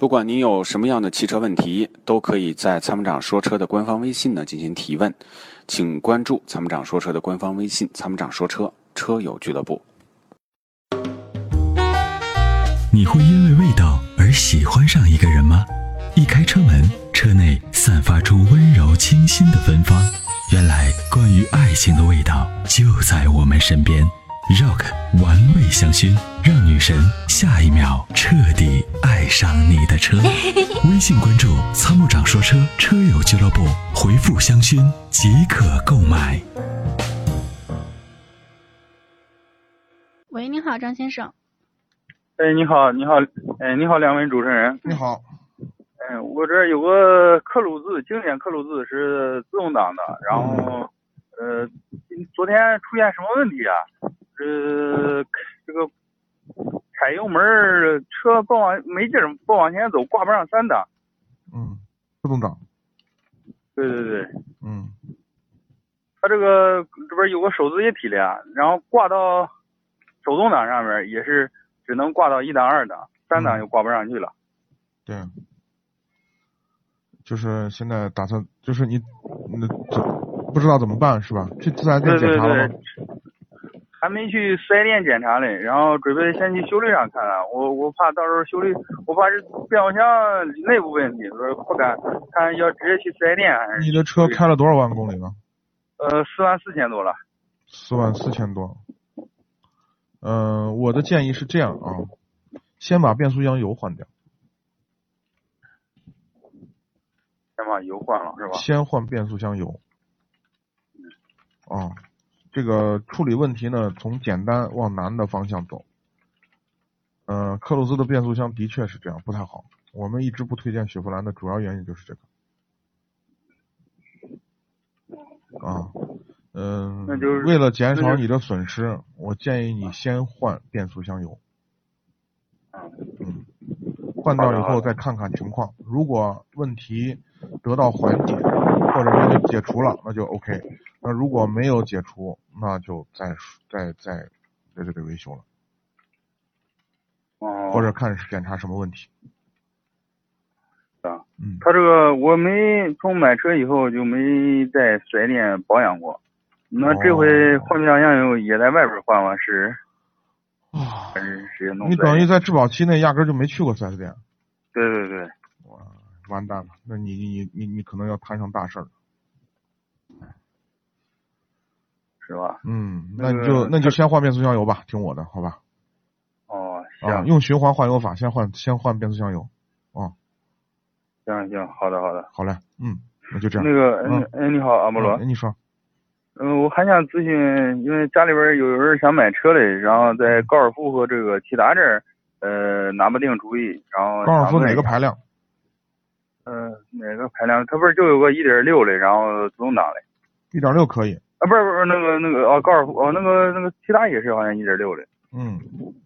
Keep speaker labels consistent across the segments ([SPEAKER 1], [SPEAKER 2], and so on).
[SPEAKER 1] 不管您有什么样的汽车问题，都可以在参谋长说车的官方微信呢进行提问，请关注参谋长说车的官方微信“参谋长说车车友俱乐部
[SPEAKER 2] 你会因为味道而喜欢上一个人吗？一开车门，车内散发出温柔清新的芬芳。原来，关于爱情的味道就在我们身边。Rock 玩味香薰，让女神下一秒彻底爱上你的车。微信关注“参谋长说车”车友俱乐部，回复“香薰”即可购买。
[SPEAKER 3] 喂，您好，张先生。
[SPEAKER 4] 哎，你好，你好，哎，你好，两位主持人。
[SPEAKER 5] 你好，
[SPEAKER 4] 哎，我这儿有个科鲁兹，经典科鲁兹是自动挡的，然后，呃，昨天出现什么问题啊？呃，这个踩油门儿车不往没劲儿，不往前走，挂不上三档。
[SPEAKER 5] 嗯，副总长，
[SPEAKER 4] 对对对，
[SPEAKER 5] 嗯，
[SPEAKER 4] 它这个这边有个手自一体的，然后挂到手动挡上面也是只能挂到一档二档，三档就挂不上去了。
[SPEAKER 5] 对，就是现在打算，就是你，那怎不知道怎么办是吧？去四 S 店
[SPEAKER 4] 对
[SPEAKER 5] 检
[SPEAKER 4] 对
[SPEAKER 5] 查了
[SPEAKER 4] 对
[SPEAKER 5] 吗？，
[SPEAKER 4] 还没去四 S 店检查嘞，然后准备先去修理厂看看。我我怕到时候修理，我怕是变速箱内部问题，所以不敢看，要直接去四 S 店还是？
[SPEAKER 5] 你的车开了多少万公里了？
[SPEAKER 4] 呃四万四千多了。
[SPEAKER 5] 四万四千多。嗯、我的建议是这样啊，先把变速箱油换掉，
[SPEAKER 4] 先把油换了是吧？
[SPEAKER 5] 先换变速箱油。
[SPEAKER 4] 嗯
[SPEAKER 5] 啊，这个处理问题呢，从简单往难的方向走。嗯、克鲁兹的变速箱的确是这样，不太好。我们一直不推荐雪佛兰的主要原因就是这个。啊，嗯、
[SPEAKER 4] 那就是
[SPEAKER 5] 为了减
[SPEAKER 4] 那
[SPEAKER 5] 少
[SPEAKER 4] 就是
[SPEAKER 5] 你的损失，我建议你先换变速箱油。嗯，换掉以后再看看情况。如果问题得到缓解，或者说就解除了，那就 OK。那如果没有解除，那就再再再在这里维修了，
[SPEAKER 4] 哦，
[SPEAKER 5] 或者看是检查什么问题。
[SPEAKER 4] 啊，
[SPEAKER 5] 嗯，
[SPEAKER 4] 他这个我没从买车以后就没在四 S 店保养过，那这回
[SPEAKER 5] 哦
[SPEAKER 4] 换变速箱油也在外边换吗？是
[SPEAKER 5] 啊
[SPEAKER 4] 还，是直接弄
[SPEAKER 5] 你
[SPEAKER 4] 4S 店
[SPEAKER 5] 等于在质保期内压根儿就没去过 4S 店，
[SPEAKER 4] 对对对，
[SPEAKER 5] 哇，完蛋了，那你你你你可能要摊上大事儿了。
[SPEAKER 4] 是吧？
[SPEAKER 5] 嗯，
[SPEAKER 4] 那
[SPEAKER 5] 那
[SPEAKER 4] 个
[SPEAKER 5] 你就那你
[SPEAKER 4] 他
[SPEAKER 5] 就先换变速箱油吧，听我的，好吧？
[SPEAKER 4] 哦，行
[SPEAKER 5] 啊，用循环换油法，先换先换变速箱油。
[SPEAKER 4] 行行，好的好的。
[SPEAKER 5] 好嘞，嗯，那就这样。
[SPEAKER 4] 那个，嗯
[SPEAKER 5] 嗯，
[SPEAKER 4] 嗯，你好，阿波罗
[SPEAKER 5] 嗯，你说，
[SPEAKER 4] 嗯，我还想咨询，因为家里边有人想买车嘞，然后在高尔夫和这个骐达这儿，呃，拿不定主意，然后
[SPEAKER 5] 高尔
[SPEAKER 4] 想
[SPEAKER 5] 夫
[SPEAKER 4] 问
[SPEAKER 5] 哪
[SPEAKER 4] 一
[SPEAKER 5] 个
[SPEAKER 4] 下？
[SPEAKER 5] 排量？
[SPEAKER 4] 嗯，哪个排量？它不是就有个一点六嘞，然后自动挡嘞？
[SPEAKER 5] 一点六可以。
[SPEAKER 4] 啊，不是不是那个那个哦，高尔夫哦，那个那个骐达也是好像一点六嘞。
[SPEAKER 5] 嗯，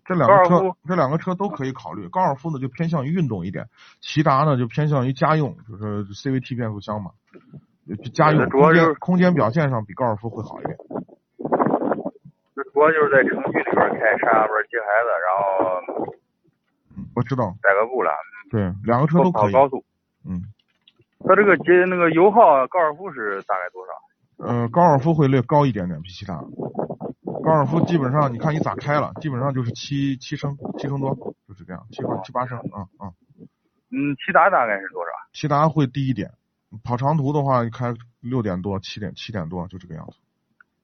[SPEAKER 5] 这两个
[SPEAKER 4] 高尔
[SPEAKER 5] 车
[SPEAKER 4] 夫，
[SPEAKER 5] 这两个车都可以考虑。高尔夫呢就偏向于运动一点，骐达呢就偏向于家用，就是 CVT 变速箱嘛，就家用
[SPEAKER 4] 对主要
[SPEAKER 5] 空
[SPEAKER 4] 就
[SPEAKER 5] 间
[SPEAKER 4] 是
[SPEAKER 5] 空间表现上比高尔夫会好一点。
[SPEAKER 4] 这主要就是在城区里边开，上下班接孩子，然后
[SPEAKER 5] 嗯我知道，
[SPEAKER 4] 代个步啦，
[SPEAKER 5] 对，两个车
[SPEAKER 4] 不
[SPEAKER 5] 都
[SPEAKER 4] 跑
[SPEAKER 5] 可以。
[SPEAKER 4] 高速。
[SPEAKER 5] 嗯，
[SPEAKER 4] 它这个节那个油耗，高尔夫是大概多少？
[SPEAKER 5] 呃，高尔夫会略高一点点，比骐达。高尔夫基本上你看你咋开了，基本上就是七七升七升多，就是这样，七八七八升，啊啊。
[SPEAKER 4] 嗯，骐达大概是多少？
[SPEAKER 5] 骐达会低一点，跑长途的话你开六点多、七点、七点多就这个样子，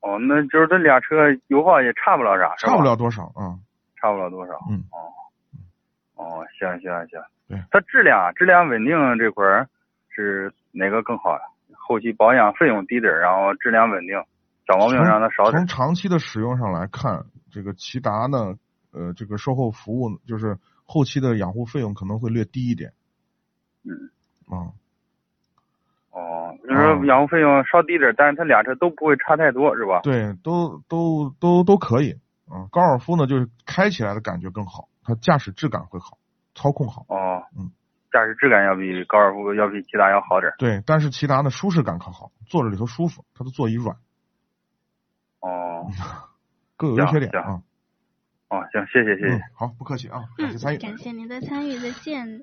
[SPEAKER 4] 哦，那就是这俩车油耗也差不了啥，是吧
[SPEAKER 5] 差不，了多少啊、
[SPEAKER 4] 差不了多少。
[SPEAKER 5] 嗯
[SPEAKER 4] 哦，哦，行行行。
[SPEAKER 5] 对
[SPEAKER 4] 它质量质量稳定这块儿是哪个更好呀？后期保养费用低点儿，然后质量稳定，小毛病
[SPEAKER 5] 从
[SPEAKER 4] 让它少点
[SPEAKER 5] 从
[SPEAKER 4] 儿。
[SPEAKER 5] 长期的使用上来看，这个骐达呢，呃，这个售后服务就是后期的养护费用可能会略低一点。
[SPEAKER 4] 嗯。
[SPEAKER 5] 啊、
[SPEAKER 4] 哦，就是
[SPEAKER 5] 嗯
[SPEAKER 4] 说养护费用稍低点儿，但是它俩车都不会差太多，是吧？
[SPEAKER 5] 对，都都都都可以。啊、高尔夫呢，就是开起来的感觉更好，它驾驶质感会好，操控好。
[SPEAKER 4] 哦，
[SPEAKER 5] 嗯，
[SPEAKER 4] 驾驶质感要比高尔夫要比骐达要好点儿。
[SPEAKER 5] 对，但是骐达呢，舒适感可好，坐着里头舒服，它的座椅软，
[SPEAKER 4] 哦，
[SPEAKER 5] 嗯各有优缺点
[SPEAKER 4] 行
[SPEAKER 5] 啊。
[SPEAKER 4] 哦，行，谢谢谢谢。
[SPEAKER 5] 嗯，好，不客气啊，感谢参与。
[SPEAKER 3] 感谢您的参与，再见。